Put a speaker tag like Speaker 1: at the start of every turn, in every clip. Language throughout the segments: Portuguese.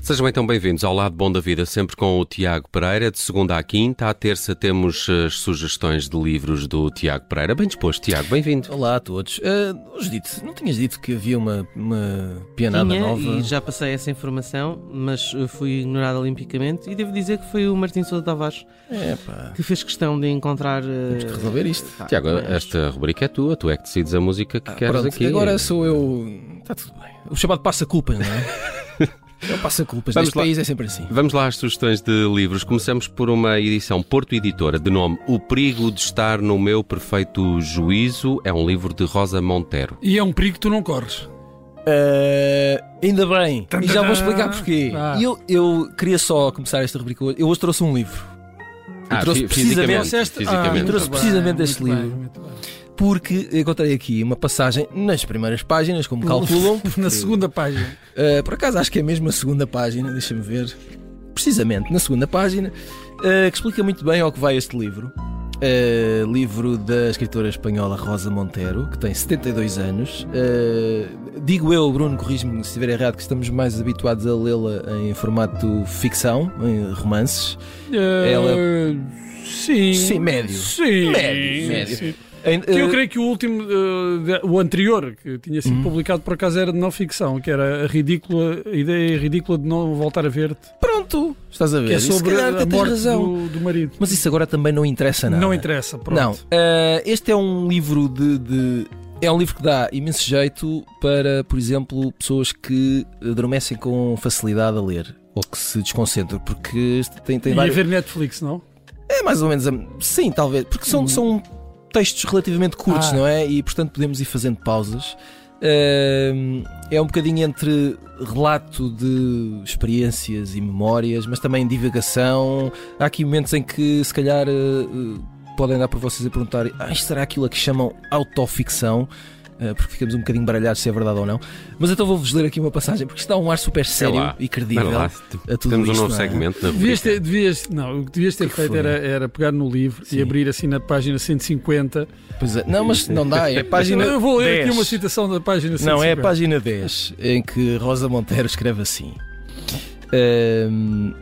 Speaker 1: Sejam então bem-vindos ao Lado Bom da Vida, sempre com o Tiago Pereira, de segunda à quinta. À terça temos as sugestões de livros do Tiago Pereira. Bem disposto, Tiago, bem-vindo.
Speaker 2: Olá a todos. Uh, Judite, não tinhas dito que havia uma, uma pianada
Speaker 3: Tinha,
Speaker 2: É nova?
Speaker 3: E já passei essa informação, mas uh, fui ignorado olimpicamente. E devo dizer que foi o Martin Sousa Tavares
Speaker 2: É pá,
Speaker 3: que fez questão de encontrar. eh,
Speaker 2: temos que resolver isto.
Speaker 1: Tiago, esta rubrica é tua, tu é que decides a música que queres
Speaker 2: Ah, Pronto,
Speaker 1: aqui.
Speaker 2: agora sou eu. Está tudo bem. O chamado passa-culpas, não é? é o passa-culpas.
Speaker 1: Vamos
Speaker 2: Neste
Speaker 1: lá.
Speaker 2: país é sempre assim.
Speaker 1: Vamos lá às sugestões de livros. Começamos por uma edição Porto Editora, de nome O Perigo de Estar no Meu Perfeito Juízo. É um livro de Rosa Montero.
Speaker 4: E é um perigo que tu não corres.
Speaker 2: Uh, ainda bem. E já vou explicar porquê.
Speaker 4: Ah.
Speaker 2: E Eu, eu queria só começar esta rubrica hoje. Eu hoje trouxe um livro. Eu trouxe
Speaker 1: Ah, fi-
Speaker 2: precisamente-
Speaker 4: Trouxeste- Ah,
Speaker 1: fisicamente.
Speaker 2: eu trouxe
Speaker 4: muito
Speaker 2: precisamente
Speaker 4: bem,
Speaker 2: este
Speaker 4: muito
Speaker 2: livro.
Speaker 4: bem, muito bem.
Speaker 2: Porque encontrei aqui uma passagem nas primeiras páginas, como calculam.
Speaker 4: Na segunda página.
Speaker 2: Uh, por acaso acho que é mesmo a segunda página, deixa-me ver. Precisamente na segunda página, uh, que explica muito bem ao que vai este livro. Uh, livro da escritora espanhola Rosa Montero, que tem 72 anos. Uh, digo eu, Bruno, corrijo-me se estiver errado, que estamos mais habituados a lê-la em formato ficção, em romances.
Speaker 4: Eh, Sim.
Speaker 2: é Sim, médio.
Speaker 4: Sim.
Speaker 2: Médio, médio.
Speaker 4: Sim.
Speaker 2: Em-
Speaker 4: Que eu
Speaker 2: uh,
Speaker 4: creio que o último, eh, de- o anterior, que tinha
Speaker 2: Hum.
Speaker 4: sido publicado por acaso era de não ficção, que era a ridícula, a ideia ridícula de não voltar a ver-te,
Speaker 2: Pronto, estás a ver.
Speaker 4: que é
Speaker 2: E se
Speaker 4: sobre
Speaker 2: calhar até
Speaker 4: a
Speaker 2: tens
Speaker 4: morte
Speaker 2: razão.
Speaker 4: do, do marido.
Speaker 2: Mas isso agora também não interessa nada.
Speaker 4: Não interessa, pronto.
Speaker 2: Não, eh, este é um livro de, de- É um livro que dá imenso jeito para, por exemplo, pessoas que adormecem com facilidade a ler ou que se desconcentram, porque este tem, tem
Speaker 4: E a
Speaker 2: vários.
Speaker 4: ver Netflix, não?
Speaker 2: É mais ou menos. a- Sim, talvez. Porque são, são textos relativamente curtos,
Speaker 4: Ah.
Speaker 2: não é? E portanto podemos ir fazendo pausas. Ahm, É um bocadinho entre relato de experiências e memórias, mas também divagação. Há aqui momentos em que, se calhar, eh, eh, podem dar para vocês a perguntar: ah, isto será aquilo a que chamam autoficção? Eh, Porque ficamos um bocadinho baralhados se é verdade ou não. Mas então vou-vos ler aqui uma passagem, porque isto dá um ar super sério
Speaker 1: lá.
Speaker 2: e credível.
Speaker 1: Vai lá,
Speaker 2: a tudo
Speaker 1: temos um
Speaker 2: isto,
Speaker 1: novo
Speaker 2: não é?
Speaker 1: segmento na
Speaker 4: Devias
Speaker 1: rubrica.
Speaker 4: ter, devias, não, o que devias ter
Speaker 2: Que
Speaker 4: feito
Speaker 2: foi?
Speaker 4: era, era pegar no livro
Speaker 2: Sim.
Speaker 4: e abrir assim na página 150.
Speaker 2: Pois é. Não, mas não dá. É página.
Speaker 4: Eu vou ler aqui
Speaker 2: 10.
Speaker 4: uma citação da página 150.
Speaker 2: Não, é a página 10, em que Rosa Montero escreve assim. Ahm,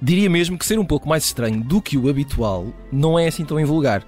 Speaker 2: diria mesmo que ser um pouco mais estranho do que o habitual não é assim tão invulgar.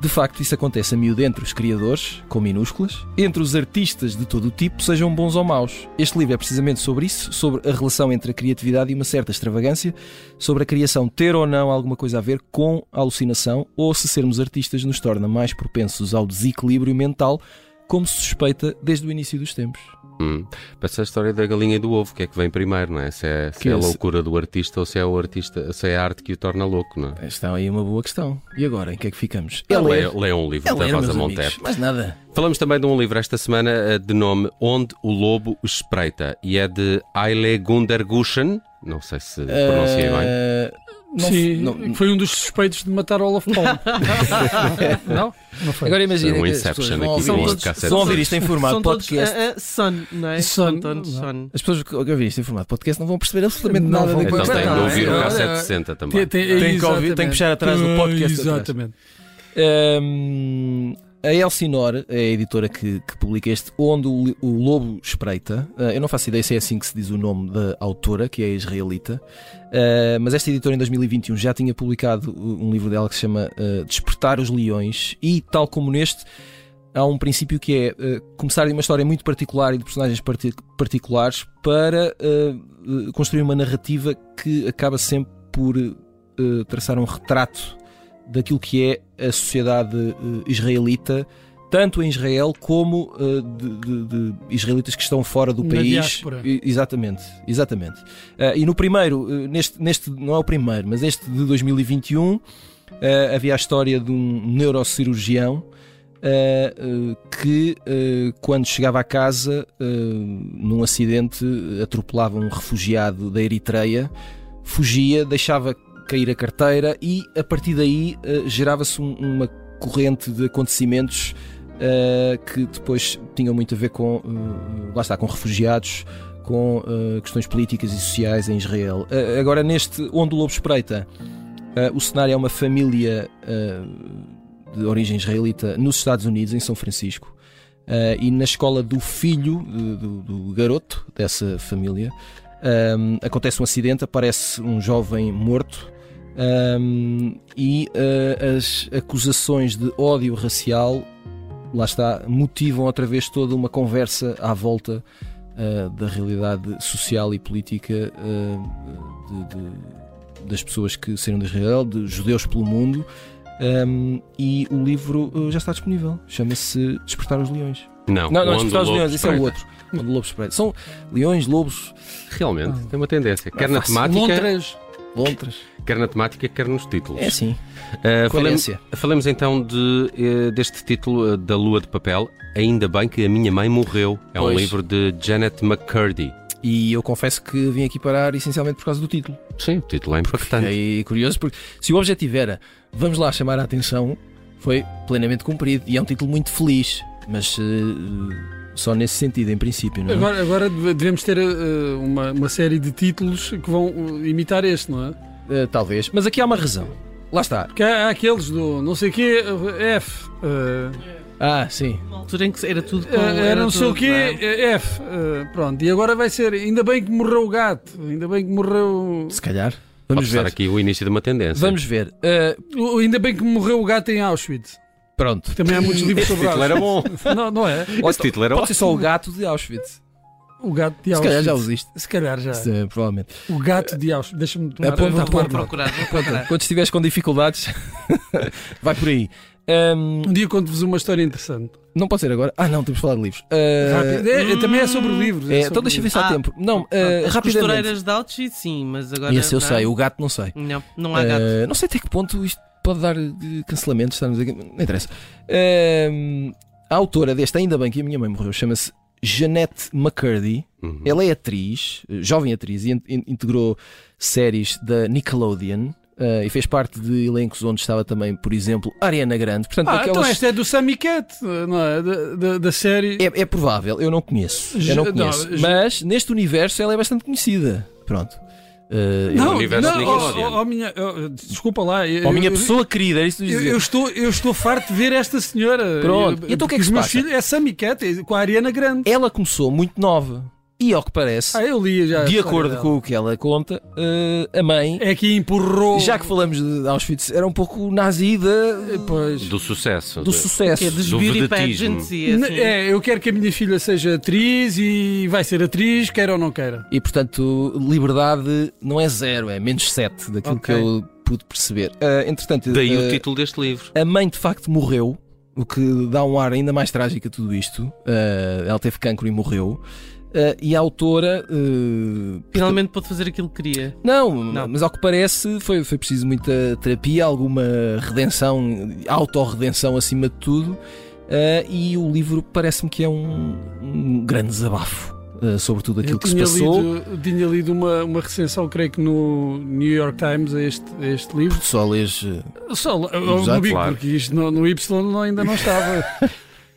Speaker 2: De facto, isso acontece a miúdo entre os criadores, com minúsculas, entre os artistas de todo o tipo, sejam bons ou maus. Este livro é precisamente sobre isso, sobre a relação entre a criatividade e uma certa extravagância, sobre a criação ter ou não alguma coisa a ver com a alucinação, ou se sermos artistas nos torna mais propensos ao desequilíbrio mental, como se suspeita desde o início dos tempos.
Speaker 1: Hum. Parece a história da galinha e do ovo, o que é que vem primeiro, não é? Se é, se
Speaker 2: Que
Speaker 1: é a
Speaker 2: esse-
Speaker 1: loucura do artista ou se é o artista, se é a arte que o torna louco, não é?
Speaker 2: Está aí uma boa questão. E agora, em que é que ficamos?
Speaker 1: Ah, leia- leia um livro
Speaker 2: É
Speaker 1: da
Speaker 2: ler,
Speaker 1: Rosa
Speaker 2: meus
Speaker 1: Montero.
Speaker 2: amigos. Mais nada.
Speaker 1: Falamos também de um livro esta semana eh, de nome Onde o Lobo Espreita e é de Aile Gunderguschen. Não sei se pronunciei bem.
Speaker 2: Eh, não-
Speaker 4: Sim,
Speaker 2: não-
Speaker 4: foi um dos suspeitos de matar Olaf Palme. não? Não foi.
Speaker 2: Agora imagina
Speaker 1: Foi um
Speaker 2: que as
Speaker 1: Inception aqui
Speaker 2: pessoas vão ouvir,
Speaker 1: com
Speaker 2: isto-
Speaker 1: este cassete.
Speaker 2: vão ouvir isto em formato
Speaker 3: São todos
Speaker 2: podcast.
Speaker 3: ah, ah, son, não é?
Speaker 4: Son,
Speaker 3: São todos
Speaker 4: não.
Speaker 3: son.
Speaker 2: As pessoas que ouvir isto em formato podcast não vão perceber absolutamente
Speaker 4: Não
Speaker 2: nada
Speaker 4: vão
Speaker 2: daquilo
Speaker 1: Então
Speaker 2: que
Speaker 4: Mas
Speaker 1: tem
Speaker 2: está.
Speaker 1: que
Speaker 4: não,
Speaker 1: ouvir o
Speaker 4: olha,
Speaker 1: K760
Speaker 4: Tem,
Speaker 1: também.
Speaker 4: tem-
Speaker 2: Tem que ouvir- tem que puxar atrás do podcast atrás.
Speaker 4: Exatamente.
Speaker 2: Hum, a Elsinore é a editora que, que publica este Onde o, Li- o Lobo Espreita. Ah, eu não faço ideia se é assim que se diz o nome da autora, que é israelita. Ah, mas esta editora em 2021 já tinha publicado um livro dela que se chama ah, Despertar os Leões. E, tal como neste, há um princípio que é eh, começar de uma história muito particular e de personagens parti- particulares para eh, eh, construir uma narrativa que acaba sempre por eh, traçar um retrato daquilo que é a sociedade eh, israelita, tanto em Israel como eh, de, de- de israelitas que estão fora do
Speaker 4: Na
Speaker 2: país.
Speaker 4: diáspora.
Speaker 2: E- Exatamente, exatamente. Ah, e no primeiro, eh, neste, neste, não é o primeiro, mas este de 2021, ah, havia a história de um neurocirurgião ah, ah, que, ah, quando chegava a casa, ah, num acidente, atropelava um refugiado da Eritreia, fugia, deixava cair a carteira e, a partir daí, ah, gerava-se um- uma corrente de acontecimentos. ah, que depois tinham muito a ver com, ah, lá está, com refugiados, com ah, questões políticas e sociais em Israel. Ah, eh, agora, neste Onde o Lobo Espreita, ah, o cenário é uma família ah, de origem israelita nos Estados Unidos, em São Francisco, eh, e na escola do filho, de- do, do garoto dessa família, ehm, acontece um acidente, aparece um jovem morto. ehm, e eh, as acusações de ódio racial, lá está, motivam outra vez toda uma conversa à volta eh, da realidade social e política eh, de- de- das pessoas que saíram de Israel, de judeus pelo mundo. ehm, e o livro eh, já está disponível. Chama-se Despertar os Leões.
Speaker 1: Não,
Speaker 2: Não, não, é
Speaker 1: onde
Speaker 2: Despertar os
Speaker 1: lobo
Speaker 2: Leões, esse é o
Speaker 1: espreita.
Speaker 2: outro. O de Lobos Preto. São leões, lobos,
Speaker 1: Realmente,
Speaker 2: Ah.
Speaker 1: tem uma tendência. Quer na,
Speaker 2: fácil.
Speaker 1: temática,
Speaker 2: lontras. Lontras.
Speaker 1: quer na temática, quer nos títulos.
Speaker 2: É assim,
Speaker 1: Ah, falemos,
Speaker 2: coerência.
Speaker 1: falemos então de, eh, deste título eh, da Lua de Papel. Ainda bem que a minha mãe morreu. É um
Speaker 2: Pois.
Speaker 1: livro de Janet McCurdy.
Speaker 2: E eu confesso que vim aqui parar essencialmente por causa do título.
Speaker 1: Sim, o título é impactante.
Speaker 2: Fiquei curioso porque se o objetivo era vamos lá chamar a atenção, foi plenamente cumprido e é um título muito feliz, mas eh, só nesse sentido, em princípio, não é?
Speaker 4: Agora, agora deve- devemos ter eh, uma, uma série de títulos que vão eh, imitar este, não é?
Speaker 2: Eh, talvez. Mas aqui há uma razão. Lá está.
Speaker 4: Porque há, há aqueles do não sei quê, eh, F. eh,
Speaker 2: Ah, sim.
Speaker 3: Na altura em que era tudo com.
Speaker 4: eh, era não sei o
Speaker 3: tudo,
Speaker 4: quê,
Speaker 3: não é?
Speaker 4: eh, F. eh, pronto, e agora vai ser ainda bem que morreu o gato, ainda bem que morreu.
Speaker 2: Se calhar.
Speaker 1: Pode
Speaker 2: Vamos
Speaker 1: estar
Speaker 2: ver.
Speaker 1: aqui o início de uma tendência.
Speaker 2: Vamos ver. Eh,
Speaker 4: ah, o- Ainda bem que morreu o gato em Auschwitz.
Speaker 2: pronto.
Speaker 4: Também há muitos livros
Speaker 1: Esse
Speaker 4: sobre
Speaker 2: é
Speaker 1: título era
Speaker 4: Auschwitz.
Speaker 1: bom.
Speaker 4: Não, não é?
Speaker 1: Esse título era
Speaker 2: Pode
Speaker 1: ótimo.
Speaker 2: ser só o gato de Auschwitz.
Speaker 4: O gato de
Speaker 2: Se
Speaker 4: Auschwitz.
Speaker 2: calhar já usiste.
Speaker 4: Se calhar já.
Speaker 2: Eh, provavelmente.
Speaker 4: O gato de Auschwitz. Deixa-me tomar.
Speaker 2: Aponta,
Speaker 4: tá,
Speaker 2: aponta.
Speaker 4: tá, tá.
Speaker 3: Procurar, vou procurar.
Speaker 2: Quando estiveres com dificuldades, vai por aí. Ehm,
Speaker 4: Um dia conto-vos uma história interessante.
Speaker 2: não pode ser agora. Ah, não, temos de falar de livros. Eh,
Speaker 4: Rápido. É, é, também é sobre livros.
Speaker 2: É,
Speaker 4: sobre
Speaker 2: então deixa eu ver
Speaker 4: livros.
Speaker 2: se há
Speaker 3: Ah,
Speaker 2: tempo. Não, eh,
Speaker 3: As
Speaker 2: rapidamente.
Speaker 3: costureiras de Auschwitz, sim, mas agora.
Speaker 2: Esse eu
Speaker 3: não.
Speaker 2: sei, o gato não sei.
Speaker 3: Não, não há gato.
Speaker 2: Eh, não sei até que ponto isto pode dar eh, cancelamento. Estarmos aqui. Não interessa. Eh, a autora deste, ainda bem que a minha mãe morreu, chama-se Jeanette McCurdy.
Speaker 1: Uhum.
Speaker 2: Ela é atriz, eh, jovem atriz, e in- in- integrou séries da Nickelodeon. eh, e fez parte de elencos onde estava também, por exemplo, Ariana Grande. Portanto,
Speaker 4: Ah,
Speaker 2: daquelas-
Speaker 4: então esta é do Sammy Cat, não é? Da, da- da série.
Speaker 2: é, é provável, eu não conheço. Eu
Speaker 4: Je-
Speaker 2: não
Speaker 4: não,
Speaker 2: conheço.
Speaker 4: je-
Speaker 2: Mas neste universo ela é bastante conhecida. Pronto. Eh,
Speaker 1: o
Speaker 4: Não,
Speaker 1: universo
Speaker 4: não,
Speaker 1: Nickelodeon.
Speaker 4: ó- ó- ó minha, ó, desculpa lá. Eu,
Speaker 2: Para a minha
Speaker 4: eu-
Speaker 2: pessoa querida, é isso que
Speaker 4: Eu, eu estou, eu estou farto de ver esta senhora.
Speaker 2: Pronto.
Speaker 4: Eu-
Speaker 2: E então o que é que
Speaker 4: os
Speaker 2: se
Speaker 4: meus
Speaker 2: passa?
Speaker 4: filhos- é Sammy Cat, é com a Ariana Grande.
Speaker 2: Ela começou muito nova e, ao que parece,
Speaker 4: Ah, eu li já. a
Speaker 2: de
Speaker 4: história
Speaker 2: acordo
Speaker 4: dela.
Speaker 2: com o que ela conta, eh, a mãe,
Speaker 4: É que empurrou.
Speaker 2: já que falamos de Auschwitz, era um pouco nazi da-
Speaker 4: Eh, Pois.
Speaker 1: Do sucesso.
Speaker 2: um do
Speaker 1: de-
Speaker 3: Que é
Speaker 2: sucesso.
Speaker 3: dos beauty
Speaker 1: vedetismo.
Speaker 3: pageants e assim.
Speaker 4: É, eu quero que a minha filha seja atriz e vai ser atriz, queira ou não queira.
Speaker 2: E, portanto, liberdade não é zero, é menos sete daquilo
Speaker 4: Ok.
Speaker 2: que eu pude perceber. Eh, entretanto,
Speaker 1: Daí
Speaker 2: eh,
Speaker 1: o título deste livro.
Speaker 2: a mãe de facto morreu, o que dá um ar ainda mais trágico a tudo isto. Eh, ela teve cancro e morreu. Eh, e a autora eh,
Speaker 3: Finalmente pôde fazer aquilo que queria.
Speaker 2: Não,
Speaker 3: Não.
Speaker 2: mas ao que parece foi, foi preciso muita terapia, alguma redenção, autorredenção acima de tudo. ah, e o livro parece-me que é um, um grande desabafo ah, sobre tudo aquilo
Speaker 4: eu
Speaker 2: que se
Speaker 4: tinha
Speaker 2: passou.
Speaker 4: lido, tinha lido uma, uma recensão, creio que no New York Times, a este, a este livro.
Speaker 2: Tu Só lês. ah,
Speaker 4: Só lá- eu
Speaker 1: Exato,
Speaker 4: não vi,
Speaker 1: claro.
Speaker 4: porque isto no, no Y não- ainda não estava.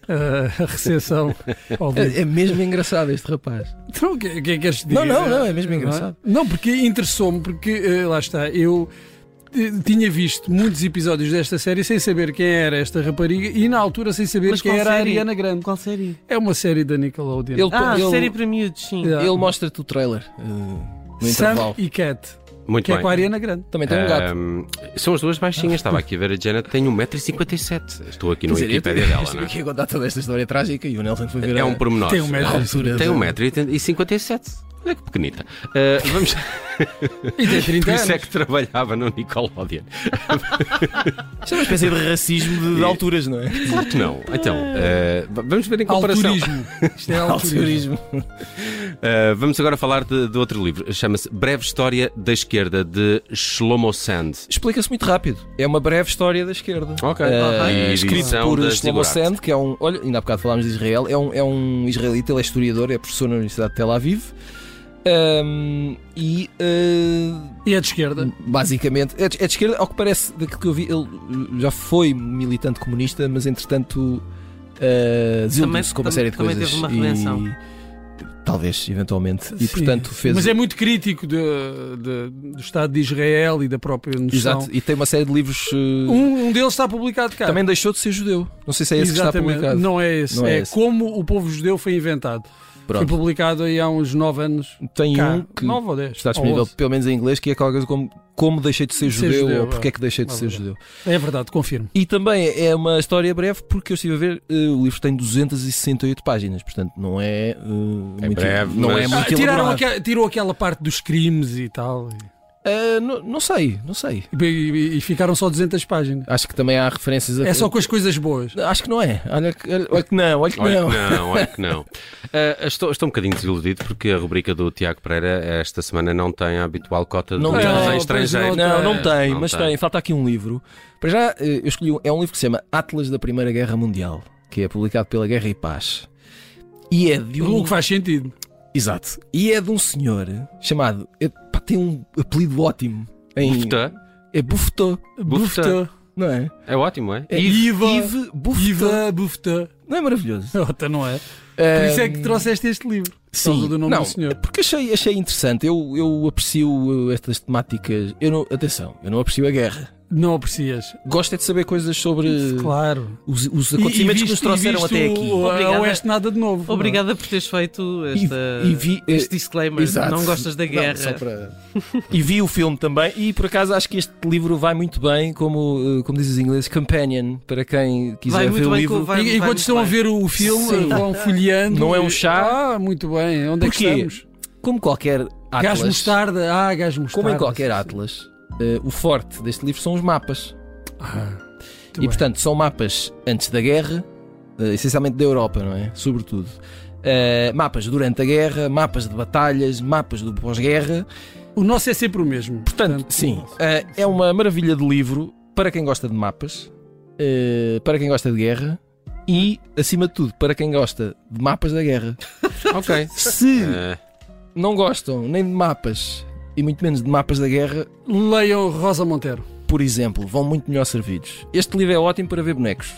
Speaker 4: ah, a recensão ao livro.
Speaker 2: É, é mesmo engraçado este rapaz.
Speaker 4: Então, o que, o que é que queres dizer?
Speaker 2: Não, não, não, é mesmo engraçado.
Speaker 4: Não, é? Não, porque interessou-me, porque eh, lá está, eu eh, tinha visto muitos episódios desta série sem saber quem era esta rapariga e na altura sem saber
Speaker 3: Mas
Speaker 4: quem
Speaker 3: qual
Speaker 4: era a
Speaker 3: série?
Speaker 4: Ariana Grande.
Speaker 3: Qual série?
Speaker 4: É uma série da Nickelodeon.
Speaker 2: Ele,
Speaker 3: Ah,
Speaker 2: ele,
Speaker 3: série para miúdos, sim.
Speaker 4: Yeah.
Speaker 2: ele mostra-te o trailer ah, no
Speaker 4: Sam
Speaker 2: intervalo.
Speaker 4: e Cat,
Speaker 1: Muito
Speaker 4: que é
Speaker 1: bem.
Speaker 4: com a Ariana Grande.
Speaker 2: Também tem um gato.
Speaker 1: Ahm, são as duas baixinhas. Estava aqui a ver a Janet, tem 1,57m. Estou aqui no
Speaker 2: Quer dizer, eu
Speaker 1: Wikipédia
Speaker 2: estive-
Speaker 1: dela,
Speaker 2: estive
Speaker 1: não
Speaker 2: aqui a contar toda esta história trágica e o Nelson foi ver
Speaker 1: é? É
Speaker 2: a-
Speaker 1: um pormenor.
Speaker 4: Tem um
Speaker 2: a
Speaker 4: metro.
Speaker 2: altura.
Speaker 1: Tem
Speaker 2: do-
Speaker 1: 1,57m. Olha que pequenita. Ah, vamos...
Speaker 4: E tem 30
Speaker 1: Por
Speaker 4: anos.
Speaker 1: isso é que trabalhava no Nickelodeon.
Speaker 2: Isto é uma espécie de racismo de, de alturas, não é?
Speaker 1: Claro que não. Então, ah, v- vamos ver em comparação.
Speaker 4: Alturismo. Isto é alturismo.
Speaker 2: um Alturismo.
Speaker 1: Uh, vamos agora falar de, de outro livro. Chama-se Breve História da Esquerda, de Shlomo Sand.
Speaker 2: Explica-se muito rápido. É uma breve história da esquerda.
Speaker 1: Ok.
Speaker 2: Eh,
Speaker 1: E
Speaker 2: escrito
Speaker 1: edição
Speaker 2: por
Speaker 1: da
Speaker 2: Shlomo
Speaker 1: Ziggurat.
Speaker 2: Sand, que é um. Olha, ainda há bocado falámos de Israel. É um, é um israelita, ele é historiador, é professor na Universidade de Tel Aviv. Ahm, e eh,
Speaker 4: E é de esquerda.
Speaker 2: basicamente é de, é de esquerda, ao que parece daquilo que eu vi, ele eh, já foi militante comunista, mas entretanto eh, desiludiu-se
Speaker 3: Também-
Speaker 2: com uma
Speaker 3: tam-
Speaker 2: série de
Speaker 3: também
Speaker 2: coisas.
Speaker 3: teve uma
Speaker 2: e-
Speaker 3: redenção.
Speaker 2: Talvez, eventualmente. E
Speaker 4: Sim.
Speaker 2: portanto fez.
Speaker 4: Mas é muito crítico de- de- do Estado de Israel e da própria noção.
Speaker 2: Exato, e tem uma série de livros. eh,
Speaker 4: Um, um deles está publicado cá.
Speaker 2: Também deixou de ser judeu. Não sei se é esse
Speaker 4: Exatamente.
Speaker 2: que está publicado.
Speaker 4: Não é esse.
Speaker 2: Não é
Speaker 4: é
Speaker 2: esse.
Speaker 4: como o povo judeu foi inventado. Foi
Speaker 2: Pronto.
Speaker 4: publicado aí há uns 9 anos.
Speaker 2: Tem
Speaker 4: tipo, Cá.
Speaker 2: um que
Speaker 4: 9 ou 10.
Speaker 2: está disponível,
Speaker 4: Ou 11.
Speaker 2: pelo menos em inglês, que é qualquer coisa como como deixei de ser
Speaker 4: De ser
Speaker 2: judeu,
Speaker 4: judeu,
Speaker 2: ou porque
Speaker 4: é.
Speaker 2: é que deixei de
Speaker 4: É
Speaker 2: ser
Speaker 4: verdade.
Speaker 2: judeu.
Speaker 4: É verdade, confirmo.
Speaker 2: E também é uma história breve, porque eu estive a ver, eh, o livro tem 268 páginas, portanto não é. eh, muito,
Speaker 1: breve,
Speaker 2: não é
Speaker 1: mas-
Speaker 4: Ah,
Speaker 2: muito
Speaker 4: tiraram
Speaker 2: elaborado.
Speaker 4: aquela, tirou aquela parte dos crimes e tal.
Speaker 2: Eh, não, não sei, não sei.
Speaker 4: E, e- e ficaram só 200 páginas.
Speaker 2: Acho que também há referências a.
Speaker 4: É só com as coisas boas.
Speaker 2: Acho que não é. Olha que, olha- olha que não, olha que
Speaker 1: Olha
Speaker 2: não.
Speaker 1: que não, olha que não. Ah, estou, estou um bocadinho desiludido porque a rubrica do Tiago Pereira esta semana não tem a habitual cota de
Speaker 2: Não
Speaker 1: livros
Speaker 2: tem.
Speaker 1: em
Speaker 2: Não,
Speaker 1: estrangeiro.
Speaker 4: pois
Speaker 2: Não, não
Speaker 1: Ah,
Speaker 2: tem, mas
Speaker 1: tem.
Speaker 2: tem. Falta aqui um livro. Para já, eh, eu escolhi um, é um livro que se chama Atlas da Primeira Guerra Mundial, que é publicado pela Guerra e Paz. E é de um.
Speaker 4: O que faz sentido.
Speaker 2: Exato. E é de um senhor chamado. eh, pá, tem um apelido ótimo. Em,
Speaker 1: Bufetã.
Speaker 2: É Bufetô,
Speaker 1: Bufetã.
Speaker 2: não é?
Speaker 1: É ótimo, é?
Speaker 2: é
Speaker 4: Iva.
Speaker 2: Yves Bufetô.
Speaker 4: Viva Bufetã.
Speaker 2: Não é maravilhoso?
Speaker 4: Outra não é? Por isso é
Speaker 2: Um.
Speaker 4: que trouxeste este livro. Por causa do nome
Speaker 2: não,
Speaker 4: do senhor.
Speaker 2: Porque achei, achei interessante. Eu, eu aprecio eh, estas temáticas. Eu não, atenção, eu não aprecio a guerra.
Speaker 4: Não aprecias.
Speaker 2: Gosto é de saber coisas sobre
Speaker 4: Claro.
Speaker 2: os, os Eh, acontecimentos
Speaker 4: E- e
Speaker 2: que nos
Speaker 4: viste-
Speaker 2: trouxeram
Speaker 4: e viste
Speaker 2: até
Speaker 4: O,
Speaker 2: aqui.
Speaker 4: a
Speaker 3: Obrigada.
Speaker 4: Oeste nada de novo.
Speaker 3: Obrigada por teres feito
Speaker 2: E-
Speaker 3: esta,
Speaker 2: e vi- eh,
Speaker 3: este disclaimer.
Speaker 2: exato.
Speaker 3: Não gostas da
Speaker 2: Não,
Speaker 3: guerra.
Speaker 2: só para- e vi o filme também. E por acaso acho que este livro vai muito bem, como, eh, como dizem os ingleses, companion, para quem
Speaker 3: Vai
Speaker 2: quiser ver
Speaker 3: muito
Speaker 2: o
Speaker 3: bem
Speaker 2: livro.
Speaker 3: com- vai-
Speaker 4: E-
Speaker 3: vai
Speaker 4: Enquanto
Speaker 3: muito
Speaker 4: estão a
Speaker 3: bem.
Speaker 4: ver o filme,
Speaker 2: Sim.
Speaker 4: vão folheando.
Speaker 2: Não é um
Speaker 4: e-
Speaker 2: chá?
Speaker 4: Ah, muito bem. Onde
Speaker 2: Porquê?
Speaker 4: é que estamos?
Speaker 2: Como qualquer Atlas.
Speaker 4: Gás mostarda. Ah, gás mostarda.
Speaker 2: Como em qualquer
Speaker 4: Sim.
Speaker 2: Atlas, eh, o forte deste livro são os mapas.
Speaker 4: Ah, muito
Speaker 2: e
Speaker 4: bem.
Speaker 2: portanto, são mapas antes da guerra, eh, essencialmente da Europa, não é? Sobretudo. Eh, mapas durante a guerra, mapas de batalhas, mapas do pós-guerra.
Speaker 4: O nosso é sempre o mesmo.
Speaker 2: Portanto, sim, eh, é uma maravilha de livro para quem gosta de mapas, eh, para quem gosta de guerra e, acima de tudo, para quem gosta de mapas da guerra.
Speaker 1: Ok.
Speaker 2: Se
Speaker 1: Ah,
Speaker 2: não gostam nem de mapas e muito menos de mapas da guerra,
Speaker 4: Leiam Rosa Monteiro.
Speaker 2: por exemplo, vão muito melhor servidos. Este livro é ótimo para ver bonecos.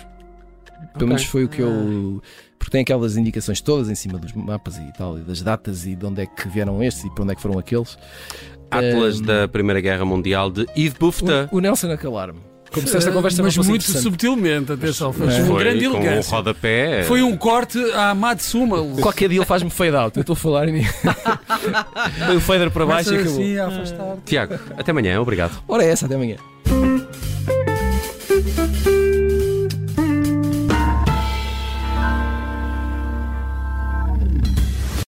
Speaker 2: Pelo menos foi o que eu. Porque tem aquelas indicações todas em cima dos mapas e tal, e das datas e de onde é que vieram estes e para onde é que foram aqueles.
Speaker 1: Atlas
Speaker 2: Um,
Speaker 1: da Primeira Guerra Mundial de Yves Bufetã.
Speaker 2: O, o Nelson a calar-me. Começaste a conversa
Speaker 4: Ah, Mas
Speaker 2: não fosse
Speaker 4: muito
Speaker 2: interessante.
Speaker 4: subtilmente, atenção. Foi
Speaker 2: Mas
Speaker 4: um
Speaker 1: Foi
Speaker 4: grande
Speaker 1: com um
Speaker 4: elegância.
Speaker 1: rodapé.
Speaker 4: Foi um corte à Matsuma.
Speaker 2: Qualquer dia ele faz-me fade out. Eu estou a falar e nem- Dei o fader para baixo e acabou.
Speaker 4: assim a afastar.
Speaker 1: Tiago, até amanhã, obrigado.
Speaker 2: Ora, é essa, até amanhã.